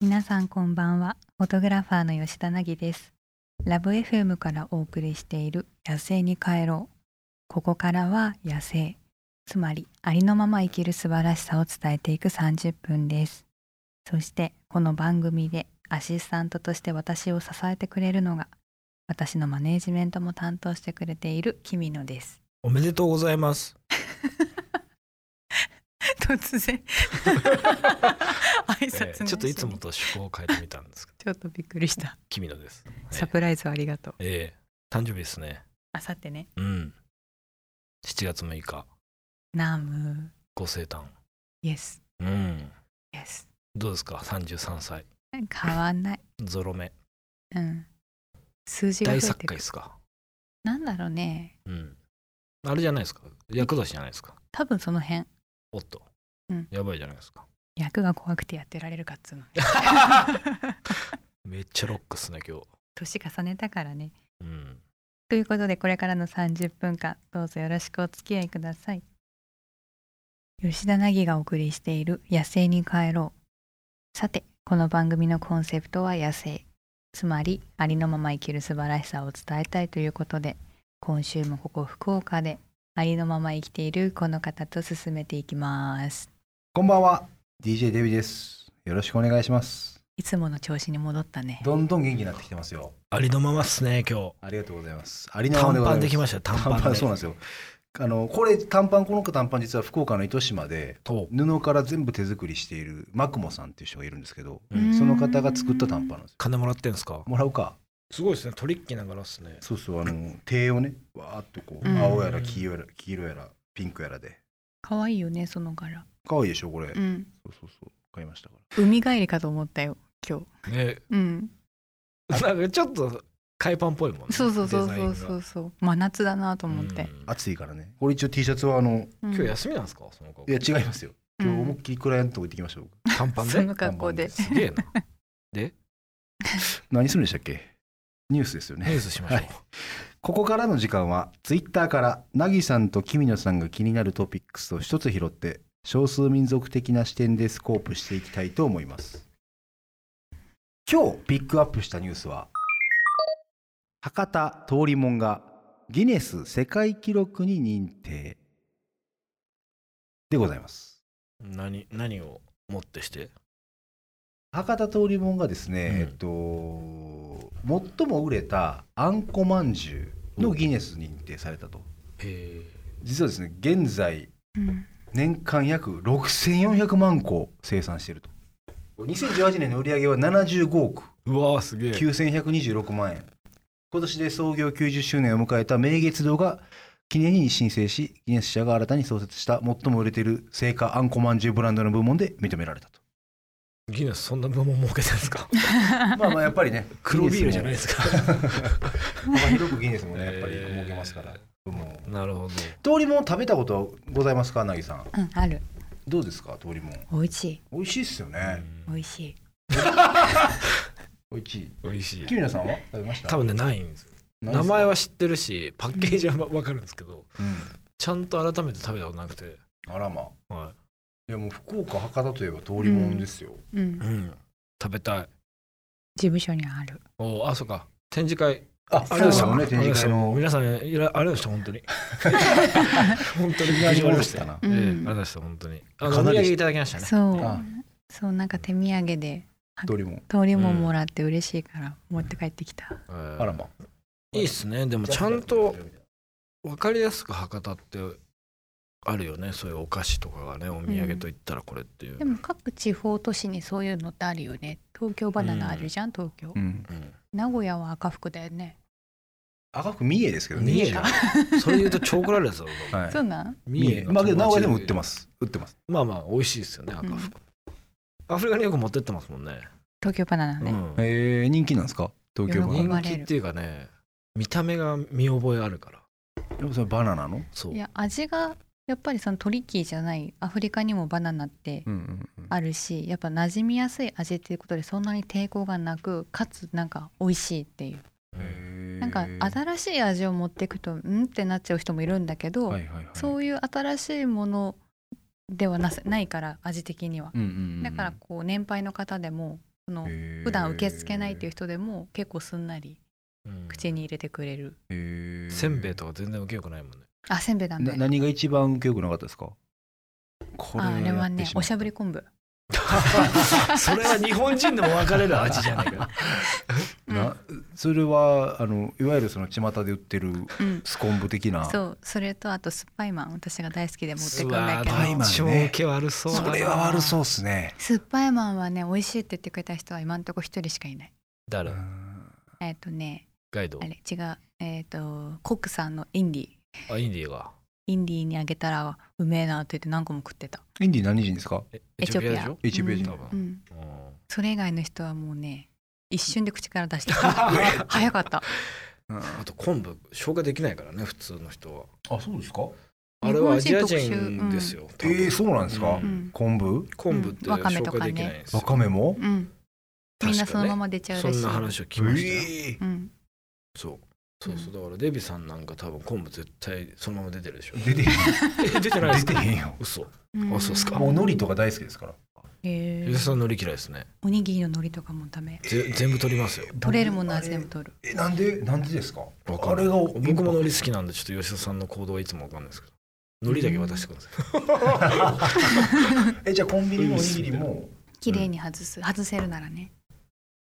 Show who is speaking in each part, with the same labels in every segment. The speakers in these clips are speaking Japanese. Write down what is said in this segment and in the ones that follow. Speaker 1: 皆さんこんばんはフォトグラファーの吉田凪ですラブ FM からお送りしている野生に帰ろうここからは野生つまりありのまま生きる素晴らしさを伝えていく30分ですそしてこの番組でアシスタントとして私を支えてくれるのが私のマネージメントも担当してくれているキミノ です
Speaker 2: おめでとうございます。
Speaker 1: 突然 挨
Speaker 2: えーちょっといつもと趣向を変えてみたん ですけど、
Speaker 1: ちょっとびっくりした
Speaker 2: 君のです。
Speaker 1: サプライズをありがとう
Speaker 2: えー誕生日ですね。
Speaker 1: あさってね
Speaker 2: うん。7月6日、
Speaker 1: ナム
Speaker 2: ご生誕。
Speaker 1: イエス
Speaker 2: うん。
Speaker 1: イエス
Speaker 2: どうですか、33歳。
Speaker 1: 変わんない
Speaker 2: ゾロ目。
Speaker 1: うん数字が
Speaker 2: 大
Speaker 1: 増え
Speaker 2: 作
Speaker 1: て
Speaker 2: 家
Speaker 1: く
Speaker 2: ですか。
Speaker 1: なんだろうね
Speaker 2: うん。あれじゃないですか。役年じゃないですか。
Speaker 1: 多分その辺
Speaker 2: おっと。
Speaker 1: うん
Speaker 2: やばいじゃないです か。
Speaker 1: 役が怖くてやってられるかっ つうの
Speaker 2: めっちゃロックっすね、今日。
Speaker 1: 年重ねたからね
Speaker 2: うん。
Speaker 1: ということでこれからの30分間どうぞよろしくお付き合いください吉田凪がお送りしている「野生に帰ろう」さてこの番組のコンセプトは野生つまりありのまま生きる素晴らしさを伝えたいということで今週もここ福岡でありのまま生きているこの方と進めていきます
Speaker 3: こんばんは、DJ デビです。よろしくお願いします。
Speaker 1: いつもの調子に戻ったね
Speaker 3: どんどん元気になってきてますよ。
Speaker 2: ありのままっすね、今
Speaker 3: ありがとうございます。あり
Speaker 2: 日。
Speaker 3: のまま
Speaker 2: 短パン
Speaker 3: でございます。
Speaker 2: できました、短パンで。
Speaker 3: そうなんですよ。あの、これ短パン、この短パン実は福岡の糸島で
Speaker 2: と。
Speaker 3: 布から全部手作りしているマクモさんっていう人がいるんですけど、
Speaker 2: うん
Speaker 3: その方が作った短パンなんですよ。
Speaker 2: 金もらってんすか
Speaker 3: もらうか。
Speaker 2: すごいですね、トリッキーな柄っすね。
Speaker 3: そうそう、あの、手をね、わーっとこう、
Speaker 1: うん
Speaker 3: 青やら黄色やら、黄色やら、ピンクやらで。
Speaker 1: 可愛いよねその柄
Speaker 3: 可愛いでしょ、これ。
Speaker 1: うん
Speaker 3: そうそうそう。買いましたから。
Speaker 1: 海帰りかと思ったよ今日
Speaker 2: ね、
Speaker 1: うん
Speaker 2: なんかちょっと海パンっぽいもんね。
Speaker 1: そうそうそうそう
Speaker 2: デザイン
Speaker 1: そ
Speaker 2: が
Speaker 1: うそう真夏だなと思って、
Speaker 2: うん
Speaker 3: 暑いからね。これ一応 T シャツはあの、
Speaker 1: うん
Speaker 2: 今日休みなんですかその格好
Speaker 3: いや違いますよ。今日思いっ
Speaker 1: うん
Speaker 3: きりクライアント置いてきました僕。
Speaker 2: 短パン
Speaker 1: そ
Speaker 2: で
Speaker 1: の格好です
Speaker 2: げえな。で、
Speaker 3: 何するんでしたっけニュースですよ
Speaker 2: ニ
Speaker 3: ね
Speaker 2: ュースしましょう。
Speaker 3: はいここからの時間はツイッターからなぎさんときみのさんが気になるトピックスを一つ拾って少数民族的な視点でスコープしていきたいと思います今日ピックアップしたニュースは博多通りもんがギネス世界記録に認定でございます
Speaker 2: 何、何をもってして
Speaker 3: 博多通りもんがですね、えっと最も売れたあんこまんじゅうのギネス認定されたと
Speaker 2: へ
Speaker 3: 実はですね現在
Speaker 1: うん
Speaker 3: 年間約6400万個生産していると2018年の売り上げは75億
Speaker 2: ーうわーすげえ。
Speaker 3: 9126万円今年で創業90周年を迎えた明月堂が記念に申請しギネス社が新たに創設した最も売れている製菓あんこまんじゅうブランドの部門で認められた と
Speaker 2: ギネスそんな部門設けてんですか
Speaker 3: まあまあやっぱりね
Speaker 2: 黒ビールじゃないですか。
Speaker 3: 幅広くギネスも ねやっぱり儲けますから
Speaker 2: え
Speaker 3: 部門を
Speaker 2: なるほど。
Speaker 3: 通りもん食べたことはございますかなぎさん
Speaker 1: うんある
Speaker 3: どうですか通りもん
Speaker 1: 美味しい
Speaker 3: 美味しいっすよね
Speaker 1: 美味しい
Speaker 3: 美味しい
Speaker 2: 美味しい
Speaker 3: キ。ミナさんは食べました
Speaker 2: 多分ね、ないんですよ。
Speaker 3: ないで
Speaker 2: 名
Speaker 3: すか
Speaker 2: 前は知ってるし、パッケージはわかるんですけど、
Speaker 3: うん
Speaker 2: ちゃんと改めて食べたことなくて。
Speaker 3: あらまあ
Speaker 2: はい
Speaker 3: やもう福岡博多といえば通りもんですよ、
Speaker 1: うん
Speaker 2: い。うん。食べたい。
Speaker 1: 事務所にある
Speaker 2: おーあ、そうか。展示会
Speaker 3: ああれですよね展示会の
Speaker 2: 皆さんいらあれでした本 当に本当に
Speaker 3: ありました
Speaker 2: え
Speaker 3: な
Speaker 1: う
Speaker 2: え
Speaker 1: ん
Speaker 2: あれでした本当にあの
Speaker 3: か
Speaker 2: お土
Speaker 3: なり
Speaker 2: 産いただきましたね
Speaker 1: そう
Speaker 3: あ
Speaker 1: そうなんか手土産で
Speaker 3: 通りもん
Speaker 1: 通りもんもらって嬉しいから持って帰ってきた、
Speaker 2: ええ
Speaker 3: あらまあ
Speaker 2: いいっすねでもちゃんと分かりやすく博多ってあるよねそういうお菓子とかがねお土産といったらこれっていう、
Speaker 1: でも各地方都市にそういうのってあるよね東京バナナあるじゃん、東京、
Speaker 3: うん
Speaker 2: うん
Speaker 1: 名古屋は赤福だよね、
Speaker 3: 赤く三重ですけどね
Speaker 2: 三重だそれ言うと超怒られるぞ
Speaker 3: はい
Speaker 1: そうなん
Speaker 3: 三重まあけど名古屋でも売ってますす売ってます
Speaker 2: まあまあ美味しいですよね赤
Speaker 1: うん
Speaker 2: 福、アフリカによく持ってってますもんね
Speaker 1: 東京バナナね、
Speaker 2: うん
Speaker 3: えー、人気なんですか東京バナ
Speaker 1: 喜
Speaker 3: ナ
Speaker 1: ば
Speaker 2: 人
Speaker 1: れる
Speaker 2: 気っていうかね見た目が見覚えあるから
Speaker 3: でもそれバナナの
Speaker 2: そう
Speaker 1: いや味がやっぱりそのトリッキーじゃないアフリカにもバナナって
Speaker 3: うんうんうん
Speaker 1: あるしやっぱ馴染みやすい味っていうことでそんなに抵抗がなくかつなんか美味しいっていう
Speaker 2: うん
Speaker 1: なんか
Speaker 3: る
Speaker 1: 新しい味を持っていくとうんってなっちゃう人もいるんだけど、
Speaker 3: はいはいはい
Speaker 1: そういう新しいものではなさないから味的には
Speaker 3: うんうんうん
Speaker 1: だからこう年配の方でもその
Speaker 3: へー
Speaker 1: 普段受け付けないっていう人でも結構すんなり
Speaker 2: うん
Speaker 1: 口に入れてくれる
Speaker 3: へー
Speaker 2: せんべいとか全然受けよくないもん ね
Speaker 1: あせんべいだ
Speaker 3: な
Speaker 1: ね
Speaker 3: 何が一番受けよくなかったですかこ
Speaker 1: ああれ
Speaker 3: や
Speaker 1: は
Speaker 3: って
Speaker 1: ね
Speaker 3: また
Speaker 1: おしゃぶり昆布
Speaker 2: それは日本人でも分かれる味じゃ ないか
Speaker 3: なそれはあのいわゆるその巷で売ってる
Speaker 1: うん
Speaker 3: スコンブ的な
Speaker 1: そうそれとあとスパイマン私が大好きで持ってくん
Speaker 2: う
Speaker 1: だ
Speaker 2: わ
Speaker 1: け
Speaker 3: スパイ
Speaker 1: ど
Speaker 3: マン
Speaker 2: 超受け悪そうだな
Speaker 3: それは悪そうっすね
Speaker 1: 酸っぱいマンはね美味しいって言ってくれた人は今んとこ一人しかいない
Speaker 2: 誰
Speaker 3: うん
Speaker 1: えっ、とね
Speaker 2: ガイド
Speaker 1: あれ違うえっ、とコックさんのインディー
Speaker 2: あインディーが
Speaker 1: インディーにあげたらうめえなって言って何個も食ってた
Speaker 3: インディ何人ですか
Speaker 2: え
Speaker 1: エチオピア
Speaker 2: でしょ
Speaker 3: エチオピア人
Speaker 1: うん
Speaker 2: 多分
Speaker 1: うん
Speaker 2: うん
Speaker 1: それ以外の人はもうね一瞬で口から出して 早かった
Speaker 2: あと昆布消化できないからね普通の人は
Speaker 3: あそうですか
Speaker 2: あれはアジア人ですよ、多
Speaker 3: え
Speaker 2: 分
Speaker 3: ー、そうなんですか、
Speaker 1: うん
Speaker 3: 昆布
Speaker 2: 昆布って
Speaker 1: うんわ
Speaker 2: 消
Speaker 1: かめとか
Speaker 2: 化
Speaker 1: ね
Speaker 2: できないんですよ
Speaker 3: わかめも
Speaker 1: うんみんな
Speaker 2: 確
Speaker 1: そ
Speaker 2: かね
Speaker 1: のまま出ちゃう
Speaker 2: そ
Speaker 1: らしい
Speaker 2: んな話を聞きましたよ、
Speaker 3: え
Speaker 1: うん
Speaker 2: そうそうそううだからデビさんなんか多分昆布絶対そのまま出てるでしょ
Speaker 3: ー出てへん
Speaker 2: え 出てないです
Speaker 3: 出て
Speaker 2: か
Speaker 3: へんよ
Speaker 2: 嘘
Speaker 1: ん
Speaker 2: あそうっすか
Speaker 3: もう海苔とか大好きですから
Speaker 1: へ
Speaker 2: ゆ
Speaker 1: え
Speaker 2: うさんのり嫌いですね
Speaker 1: おにぎりの海苔とかもダメ
Speaker 2: ぜ全部取りますよ
Speaker 1: 取れるものは全部取る
Speaker 3: えなんでなんでですか
Speaker 2: わか
Speaker 3: あ
Speaker 2: んな
Speaker 3: れ
Speaker 2: い
Speaker 3: が
Speaker 2: 僕も海苔好きなんでちょっと吉田さんの行動はいつもわかんないですけど海苔だけ渡してください
Speaker 3: えじゃあコンビニのおにぎりも
Speaker 1: 綺麗に外す外せるならね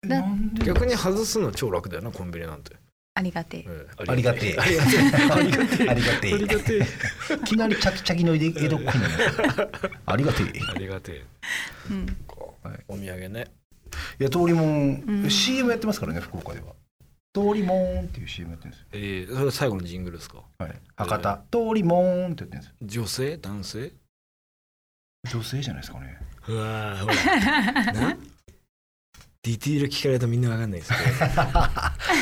Speaker 3: え
Speaker 1: だ
Speaker 3: なんで
Speaker 2: 逆に外すの超楽だよなコンビニなんて、
Speaker 1: ありがてえ
Speaker 2: ええ
Speaker 3: ありがてえ
Speaker 2: ありがてえ
Speaker 3: ありがてえありが て
Speaker 2: ありが
Speaker 3: え
Speaker 2: てえ
Speaker 3: いきなりチャキチャキの江戸っ子に ありがてえ
Speaker 2: ありがてえ
Speaker 1: うん
Speaker 3: はい
Speaker 2: お土産ね
Speaker 3: いや通りもん、
Speaker 1: うん
Speaker 3: CM やってますからね福岡では通りもんっていう CM やってるんですよ、
Speaker 2: えー、それ最後のジングルですか
Speaker 3: はい、博多、通りもんってやってるんですよ
Speaker 2: 女性男性
Speaker 3: 女性じゃないですかね
Speaker 2: うわーほ らなディティール聞かれるとみんなわかんないですけど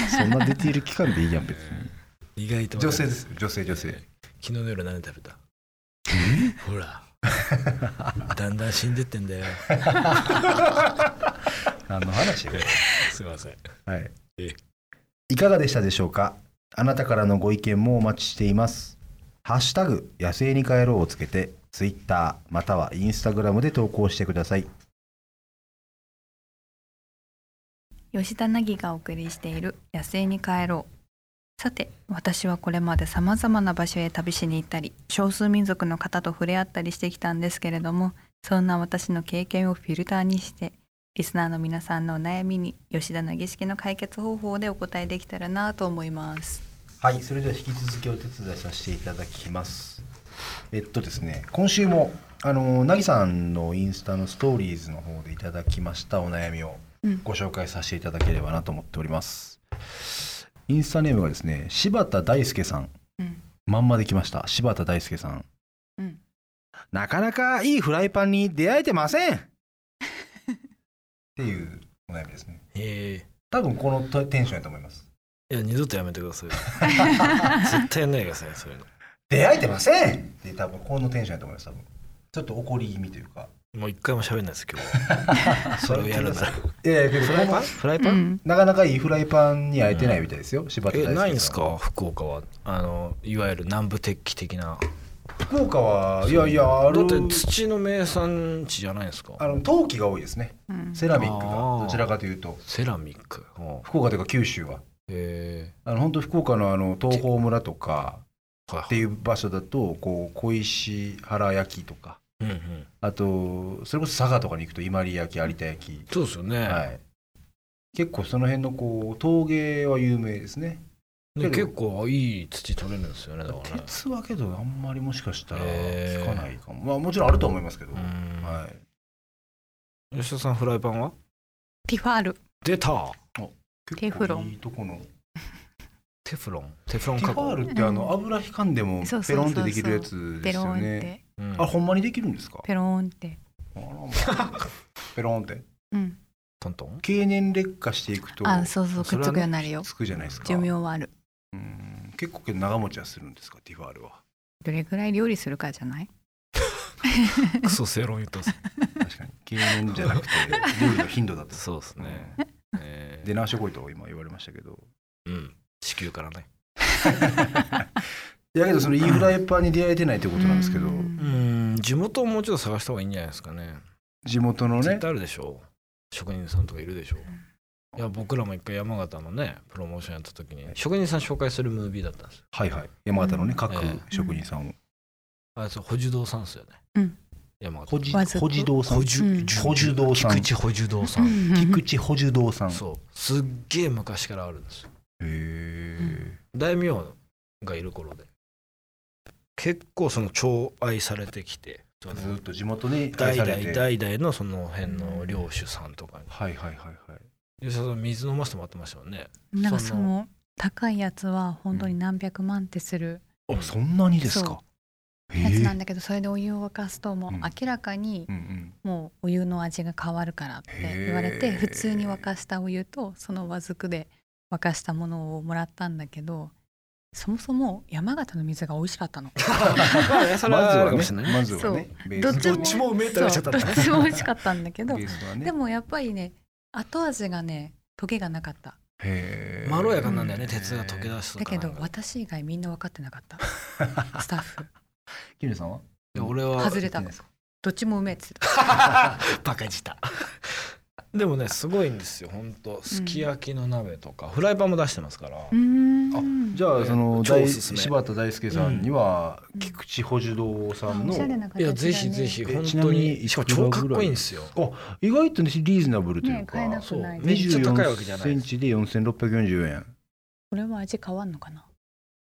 Speaker 3: そんな出ている期間でいいやん別
Speaker 2: 意外とわ
Speaker 3: 女
Speaker 2: かんな
Speaker 3: 性
Speaker 2: い
Speaker 3: です女性女性
Speaker 2: 昨日の夜何食べたほ らだんだん死んでってんだよ
Speaker 3: あの話よ
Speaker 2: すいません
Speaker 3: はい
Speaker 2: え。
Speaker 3: いかがでしたでしょうかあなたからのご意見もお待ちしています。ハッシュタグ野生に帰ろうをつけて、ツイッターまたはインスタグラムで投稿してください。
Speaker 1: 吉田凪がお送りしている「野生に帰ろう」さて私はこれまでさまざまな場所へ旅しに行ったり少数民族の方と触れ合ったりしてきたんですけれどもそんな私の経験をフィルターにしてリスナーの皆さんのお悩みに吉田凪式の解決方法でお答えできたらなと思います。
Speaker 3: はい、それでは引き続きお手伝いさせていただきます。えっとですね、今週も、あの、なぎさんのインスタのストーリーズの方でいただきましたお悩みを
Speaker 1: うん
Speaker 3: ご紹介させていただければなと思っております。インスタネームがですね、柴田大輔さん。
Speaker 1: うん
Speaker 3: まんまできました。柴田大輔さん。
Speaker 1: うん
Speaker 3: なかなかいいフライパンに出会えてませんっていうお悩みですね
Speaker 2: え
Speaker 3: 多分このテテンションやと思います
Speaker 2: ー、いや二度とやめてください絶対やんないでくださいそういうの
Speaker 3: 出会えてませんで多分このテンションやと思います多分ちょっと怒り気味というか
Speaker 2: もう一回も喋んないです今日はそれをやるなら
Speaker 3: いやいやけど
Speaker 2: フライパン
Speaker 3: こ
Speaker 2: フライ
Speaker 1: う
Speaker 2: パン、
Speaker 1: ん
Speaker 3: のなかなかいいフライパンに会えてないみたいですよ、柴田大
Speaker 2: え
Speaker 3: 輔さん
Speaker 2: ないんですか福岡はあのいわゆる南部鉄器的な
Speaker 3: 福岡はいやいやあ
Speaker 2: だっ
Speaker 3: る
Speaker 2: て土の名産地じゃないですか
Speaker 3: あの陶器が多いですね
Speaker 1: うん
Speaker 3: セラミック
Speaker 2: あー
Speaker 3: がどちらかというと
Speaker 2: セラミックうん
Speaker 3: 福岡というか九州は
Speaker 2: へ
Speaker 3: あの本当福岡のあの東峰村とか
Speaker 2: えはい
Speaker 3: っていう場所だとこう小石原焼きとか
Speaker 2: うんうん
Speaker 3: あとそれこそ佐賀とかに行くと伊万里焼き有田焼
Speaker 2: そうですよね、
Speaker 3: き、はい、結構その辺のこう陶芸は有名ですね
Speaker 2: で結構いい土取れるんですよねだからね
Speaker 3: 鉄はけどあんまりもしかしたら
Speaker 2: へ
Speaker 3: 聞
Speaker 2: ー
Speaker 3: かないかも、まあもちろんあるとは思いますけど、
Speaker 2: うん
Speaker 3: はい、
Speaker 2: 吉田さんフライパンは
Speaker 1: ティファール
Speaker 2: 出た
Speaker 1: テフロン
Speaker 3: 結構いいとこの
Speaker 2: テフロンテフロ
Speaker 3: テ
Speaker 2: ン
Speaker 3: ィ
Speaker 2: 加
Speaker 3: ファ
Speaker 2: 工
Speaker 3: ールってあの油引かんでも
Speaker 1: そう
Speaker 3: ペ
Speaker 1: そうそう
Speaker 3: ロン
Speaker 1: そう
Speaker 3: ってできるやつで
Speaker 1: ペ
Speaker 3: す
Speaker 1: ロ
Speaker 3: よ
Speaker 1: ーンっ
Speaker 3: ね
Speaker 1: て
Speaker 2: うん
Speaker 3: あれほんまにできるんですか
Speaker 1: ペローンって
Speaker 3: あらまあペロンって
Speaker 1: うん
Speaker 2: トントン
Speaker 3: 経年劣化していくと
Speaker 1: あそうそう
Speaker 2: そ
Speaker 1: くっ
Speaker 2: れ
Speaker 1: つ
Speaker 2: は
Speaker 1: く
Speaker 2: ね
Speaker 1: ようになるよ
Speaker 3: つくじゃないですか
Speaker 1: 寿命はある
Speaker 3: うん結構けど長持ちはするんですかティファールは
Speaker 1: どれぐらい料理するかじゃない
Speaker 2: クソ正論言ったっす
Speaker 3: 確かに経年じゃなくて料理の頻度だ と
Speaker 2: そうですね、えー
Speaker 3: 出直してこいと今言われましたけど
Speaker 2: うん地球からね
Speaker 3: いやけどそのいいフライパンに出会えてないってことなんですけど
Speaker 1: うん
Speaker 2: うん地元をもうちょっと探した方がいいんじゃないですかね
Speaker 3: 地元のね
Speaker 2: 絶対あるでしょ職人さんとかいるでしょいや僕らも一回山形のねプロモーションやった時に職人さん紹介するムービーだったんですよ
Speaker 3: はいはい山形のね、
Speaker 1: うん
Speaker 3: 各
Speaker 2: え
Speaker 3: 職人さんを、
Speaker 2: あそう補充堂さんですよね、
Speaker 1: うん
Speaker 2: 山
Speaker 3: ほ
Speaker 2: 形
Speaker 3: じ
Speaker 1: わざと
Speaker 3: ほじ堂さん
Speaker 2: 補充
Speaker 1: うん
Speaker 3: 補充堂さん
Speaker 2: 菊池補充堂さん、
Speaker 3: 菊池ほじ堂さんへ
Speaker 2: そうすっげえ昔からあるんですよ
Speaker 3: え
Speaker 2: 大名がいる頃で結構その寵愛されてきてその
Speaker 3: ずっと地元に
Speaker 2: 代
Speaker 3: 愛さ
Speaker 2: 々
Speaker 3: れて
Speaker 2: 代々のその辺の領主さんとかに
Speaker 3: はいはいはいはい
Speaker 2: 吉田さん水飲ませてもらってましたもんね
Speaker 1: なんか
Speaker 2: そ
Speaker 1: そ
Speaker 2: の
Speaker 1: の高いやつは本当に何百万ってする
Speaker 3: あそんなにですか
Speaker 1: そ
Speaker 3: へ
Speaker 1: やつなん
Speaker 3: え
Speaker 1: だけどそれでお湯を沸かすともう
Speaker 3: うん
Speaker 1: 明らかに
Speaker 3: うんうん
Speaker 1: もうお湯の味が変わるからって言われ
Speaker 3: へ
Speaker 1: て
Speaker 3: ー
Speaker 1: 普通に沸かしたお湯とその和くで沸かしたものをもらったんだけどそもそも山形の水が美味しかったの
Speaker 2: まず
Speaker 3: まずは
Speaker 2: かも
Speaker 3: ね
Speaker 2: しれない
Speaker 3: まずはねベ
Speaker 1: ど
Speaker 3: ー
Speaker 1: っ
Speaker 3: ス
Speaker 1: ちも
Speaker 2: どっちもうめえってなっちゃったん
Speaker 1: そ
Speaker 2: だ
Speaker 1: うどっちも美味しかったんだけど
Speaker 3: ベースはね
Speaker 1: でもやっぱりね後味がね溶けがなかった
Speaker 3: へえ
Speaker 2: まろやかなんだよね鉄が溶け出すと
Speaker 1: だ
Speaker 2: かな
Speaker 1: け
Speaker 2: んか
Speaker 1: ど私以外みんな分かってなかった スタッフ
Speaker 3: キムさんは
Speaker 2: で俺は
Speaker 1: 外れた
Speaker 3: いいです
Speaker 1: どっちもうめえって 言って
Speaker 2: バカ舌でもねすごいんですよ本当すき焼きの鍋とか、フライパンも出してますから、
Speaker 1: た
Speaker 3: じゃあその
Speaker 2: 超お
Speaker 3: 大
Speaker 2: すすめ
Speaker 3: 柴田大輔さんには菊池補助堂さんの
Speaker 2: いやぜひぜひ
Speaker 3: え
Speaker 2: 本
Speaker 3: ちな
Speaker 2: 当
Speaker 3: み
Speaker 2: に
Speaker 3: に
Speaker 2: しかも超かっこいいんですよ
Speaker 3: あ意外とねリーズナブルという
Speaker 1: ね買えな
Speaker 3: か
Speaker 1: く
Speaker 2: そう
Speaker 1: ない
Speaker 2: めっちゃ高いわけじゃ
Speaker 3: 24
Speaker 2: な
Speaker 3: セ
Speaker 2: い
Speaker 3: ン
Speaker 2: です
Speaker 3: チで4640円
Speaker 1: これは味変わんのかな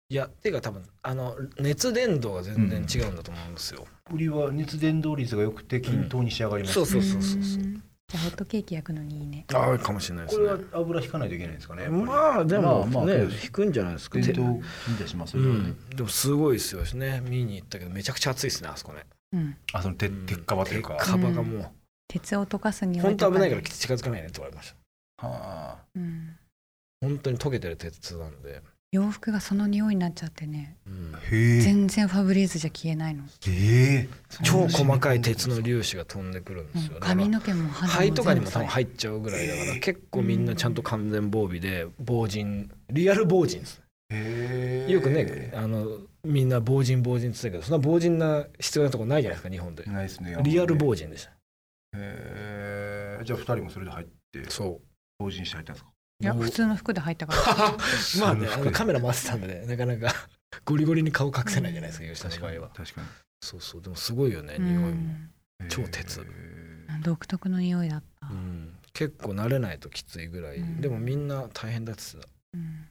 Speaker 1: い
Speaker 2: やていうか多分あの熱伝導が全然違うんだと思うんですよ、
Speaker 3: 売りは熱伝導率が良くて均等に仕上がります、
Speaker 2: そうそうそうそうそうん
Speaker 1: じゃあホットケーキ焼くのにいいね
Speaker 2: ああかもしれないで
Speaker 3: こ
Speaker 2: す
Speaker 3: れ
Speaker 2: ね
Speaker 3: は油引かないといけないんですかねやっぱり
Speaker 2: まあでもね、
Speaker 3: まあまあ
Speaker 2: 引くんじゃないですか
Speaker 3: 伝統に出します
Speaker 2: う
Speaker 3: よね、
Speaker 2: ん、でもすごいですよね見に行ったけどめちゃくちゃ暑いですねあそこね
Speaker 1: うん
Speaker 3: あその鉄鉄火場というか、
Speaker 2: 鉄火場がも
Speaker 1: 鉄を溶かすに
Speaker 2: う
Speaker 1: は
Speaker 2: 本当危ないから近づかないねって言われました
Speaker 3: はあ
Speaker 1: うん
Speaker 2: 本当に溶けてる鉄なんで、
Speaker 1: 洋服がその匂いになっちゃってね
Speaker 2: うん
Speaker 3: へえ
Speaker 1: 全然ファブリーズじゃ消えないの
Speaker 3: え
Speaker 2: 超細かい鉄の粒子が飛んでくるんで
Speaker 1: う
Speaker 2: すよ、
Speaker 1: ん
Speaker 2: だから
Speaker 1: 髪の毛も肌も
Speaker 2: 肺とかにも多
Speaker 1: 全
Speaker 2: 分
Speaker 1: 部
Speaker 2: 入っちゃうぐらいだから結構みんなちゃんと完全防備で防塵リアル防塵です
Speaker 3: へえ
Speaker 2: よくねあのみんな防塵防塵って言ってたけどそんな防塵な必要なとこないじゃないですか日本で
Speaker 3: ないですね
Speaker 2: リアル
Speaker 3: ボ
Speaker 2: 防
Speaker 3: ー
Speaker 2: 塵でした
Speaker 3: へえじゃあ二人もそれで入って
Speaker 2: そ
Speaker 3: 防塵して入ったんですか
Speaker 2: う
Speaker 1: いや普通の服で入 ったから
Speaker 2: まあねあ
Speaker 3: そ
Speaker 2: の
Speaker 3: う
Speaker 2: カメラ回ってたんでねなかなかゴリゴリに顔隠せないじゃないですか吉田の場合は
Speaker 3: 確かに
Speaker 2: そうそうでもすごいよね
Speaker 1: う
Speaker 2: 匂いも、
Speaker 1: ん
Speaker 3: へー
Speaker 2: 超鉄
Speaker 1: 独特の匂いだった
Speaker 2: うん、結構慣れないときついぐらい、
Speaker 1: うん
Speaker 2: でもみんな大変だって言って
Speaker 1: うん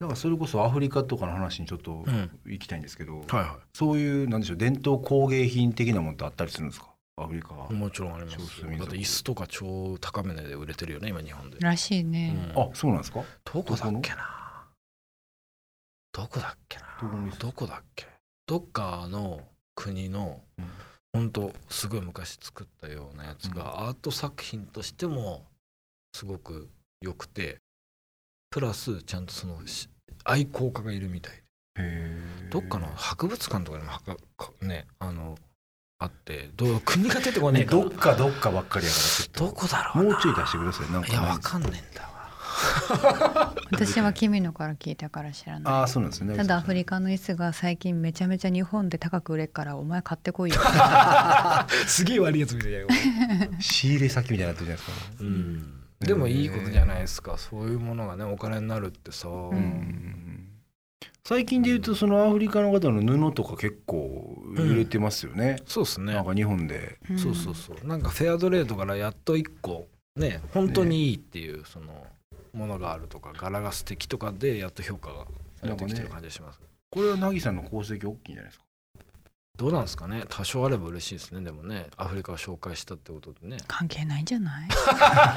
Speaker 3: だからそれこそアフリカとかの話にちょっと
Speaker 2: た、うん、
Speaker 3: 行きたいんですけど、
Speaker 2: はいは
Speaker 3: そういうなんでしょう伝統工芸品的なものってあったりするんですかアフリカは、
Speaker 2: もちろんあります
Speaker 3: 少数民族
Speaker 2: だって椅子とか超高め値で売れてるよね今日本で、
Speaker 1: らしい
Speaker 2: うん
Speaker 1: ね
Speaker 3: あそうなんですか
Speaker 2: どこだっけなどこだっけ
Speaker 3: どこの椅
Speaker 2: な
Speaker 3: 子
Speaker 2: どこだっけどっかの国の
Speaker 3: うん
Speaker 2: 本当すごい昔作ったようなやつがアート作品としてもすごく良くてプラスちゃんとそのし愛好家がいるみたいで
Speaker 3: へえ
Speaker 2: どっかの博物館とかにもはかかねあのあってどう国が出てこねえかな
Speaker 3: どっかどっかばっかりやからちょっと
Speaker 2: どこだろう
Speaker 3: も
Speaker 2: な
Speaker 3: うちょい出してくださいなんか
Speaker 2: いやわかんねえんだわ
Speaker 1: 私は君のから聞いたから知らない
Speaker 3: ああそうなんですね
Speaker 1: ただアフリカの椅子が最近めちゃめちゃ日本で高く売れっからお前買ってこいよ
Speaker 2: すげえ悪いやつみたいな、
Speaker 3: 仕入れ先みたいになってるじゃないですか、
Speaker 2: うん、でもいいことじゃないですかそういうものがねお金になるってさ、
Speaker 1: ん
Speaker 3: うん最近で言うとそのアフリカの方の布とか結構売れてますよね、
Speaker 2: そうですね
Speaker 3: なんか日本で
Speaker 1: うん
Speaker 2: そうそうそうなんかフェアトレードからやっと一個ね本当にいいっていうそのものがあるとか柄が素敵とかでやっと評価がされてきてる感じがします、
Speaker 3: これはナギさんの功績大きいんじゃないですか
Speaker 2: どうなんですかね多少あれば嬉しいですねでもねアフリカを紹介したってことでね
Speaker 1: 関係ないんじゃない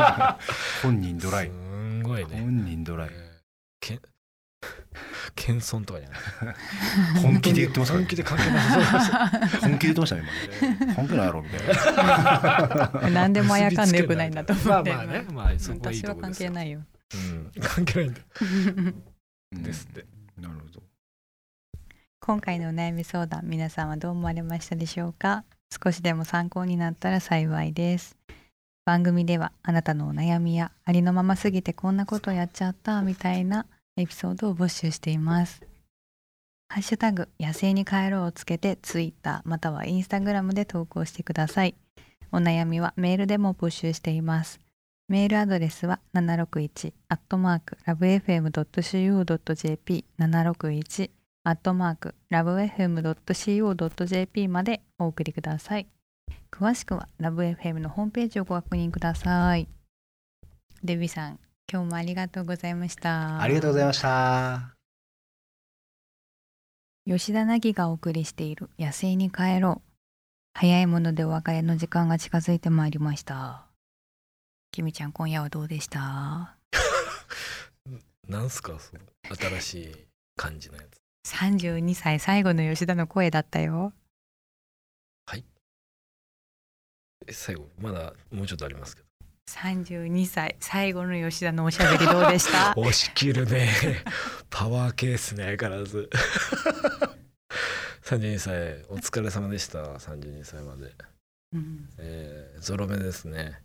Speaker 3: 本人ドライ
Speaker 2: すんごいね、
Speaker 3: 本人ドライ
Speaker 2: け ん謙遜とかじゃない
Speaker 3: 本気で言ってますから
Speaker 2: 本気で関係なさそう
Speaker 3: 本気で言ってましたね
Speaker 2: ですね
Speaker 3: 今本気なんやろみたいな
Speaker 1: 何でもあやかんでよくないなと思って
Speaker 2: まあまあね、まあ、そこはいい
Speaker 1: 私
Speaker 2: と
Speaker 1: は
Speaker 2: こで
Speaker 1: 関
Speaker 2: す
Speaker 1: 係
Speaker 2: よ。
Speaker 1: ないよ
Speaker 2: うん、関係ないんだ。ですって。
Speaker 3: うんなるほど
Speaker 1: 今回のお悩み相談皆さんはどう思われましたでしょうか少しでも参考になったら幸いです番組ではあなたのお悩みやありのまますぎてこんなことやっちゃったみたいなエピソードを募集していますハッシュタグ野生に帰ろうをつけてツイッターまたはインスタグラムで投稿してくださいお悩みはメールでも募集しています。メールアドレスは761アットマークラブ FM.co.jp 761アットマークラブ FM.co.jp までお送りください。詳しくはラブ FM のホームページをご確認ください。デビさん、今日もありがとうございました。
Speaker 3: ありがとうございました。
Speaker 1: 吉田凪がお送りしている「野生に帰ろう」早いものでお別れの時間が近づいてまいりましたきみちゃん今夜はどうでした
Speaker 2: なんすかその新しい感じのやつ
Speaker 1: 32歳最後の吉田の声だったよ
Speaker 2: え最後まだもうちょっとありますけど
Speaker 1: 32歳最後の吉田のおしゃべりどうでした
Speaker 2: 押し切るねパワー系ですね相変わらず 32歳お疲れ様でした32歳まで、
Speaker 1: うん
Speaker 2: えー、ゾロ目ですね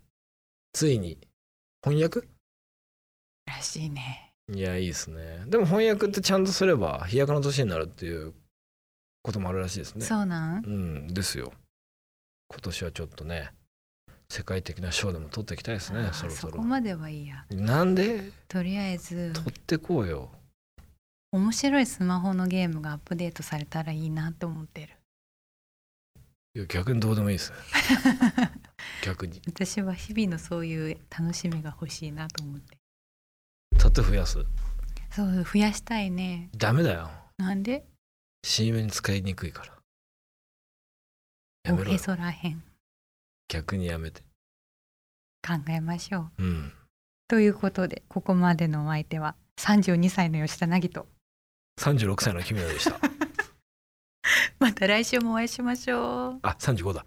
Speaker 2: ついに翻訳
Speaker 1: らしいね
Speaker 2: いやいいですねでも翻訳ってちゃんとすれば飛躍の年になるっていうこともあるらしいですね
Speaker 1: そうなん
Speaker 2: うんですよ今年はちょっとね世界的な賞でも取っていきたいですね
Speaker 1: あー
Speaker 2: そろそ
Speaker 1: そ
Speaker 2: ろ
Speaker 1: こまではいいや
Speaker 2: なんで
Speaker 1: とりあえず
Speaker 2: 取ってこうよ
Speaker 1: 面白いスマホのゲームがアップデートされたらいいなと思ってる
Speaker 2: いや逆にどうでもいいですね 逆に
Speaker 1: 私は日々のそういう楽しみが欲しいなと思って
Speaker 2: 縦増やす
Speaker 1: そう増やしたいね
Speaker 2: ダメだよ
Speaker 1: なんで
Speaker 2: CM に使いにくいからや
Speaker 1: お
Speaker 2: めろ
Speaker 1: へ
Speaker 2: よ
Speaker 1: そらへん
Speaker 2: 逆にやめて
Speaker 1: 考えましょう
Speaker 2: うん
Speaker 1: ということでここまでのお相手は32歳の吉田凪と
Speaker 2: 36歳の君野でした
Speaker 1: また来週もお会いしましょう
Speaker 2: あ35だ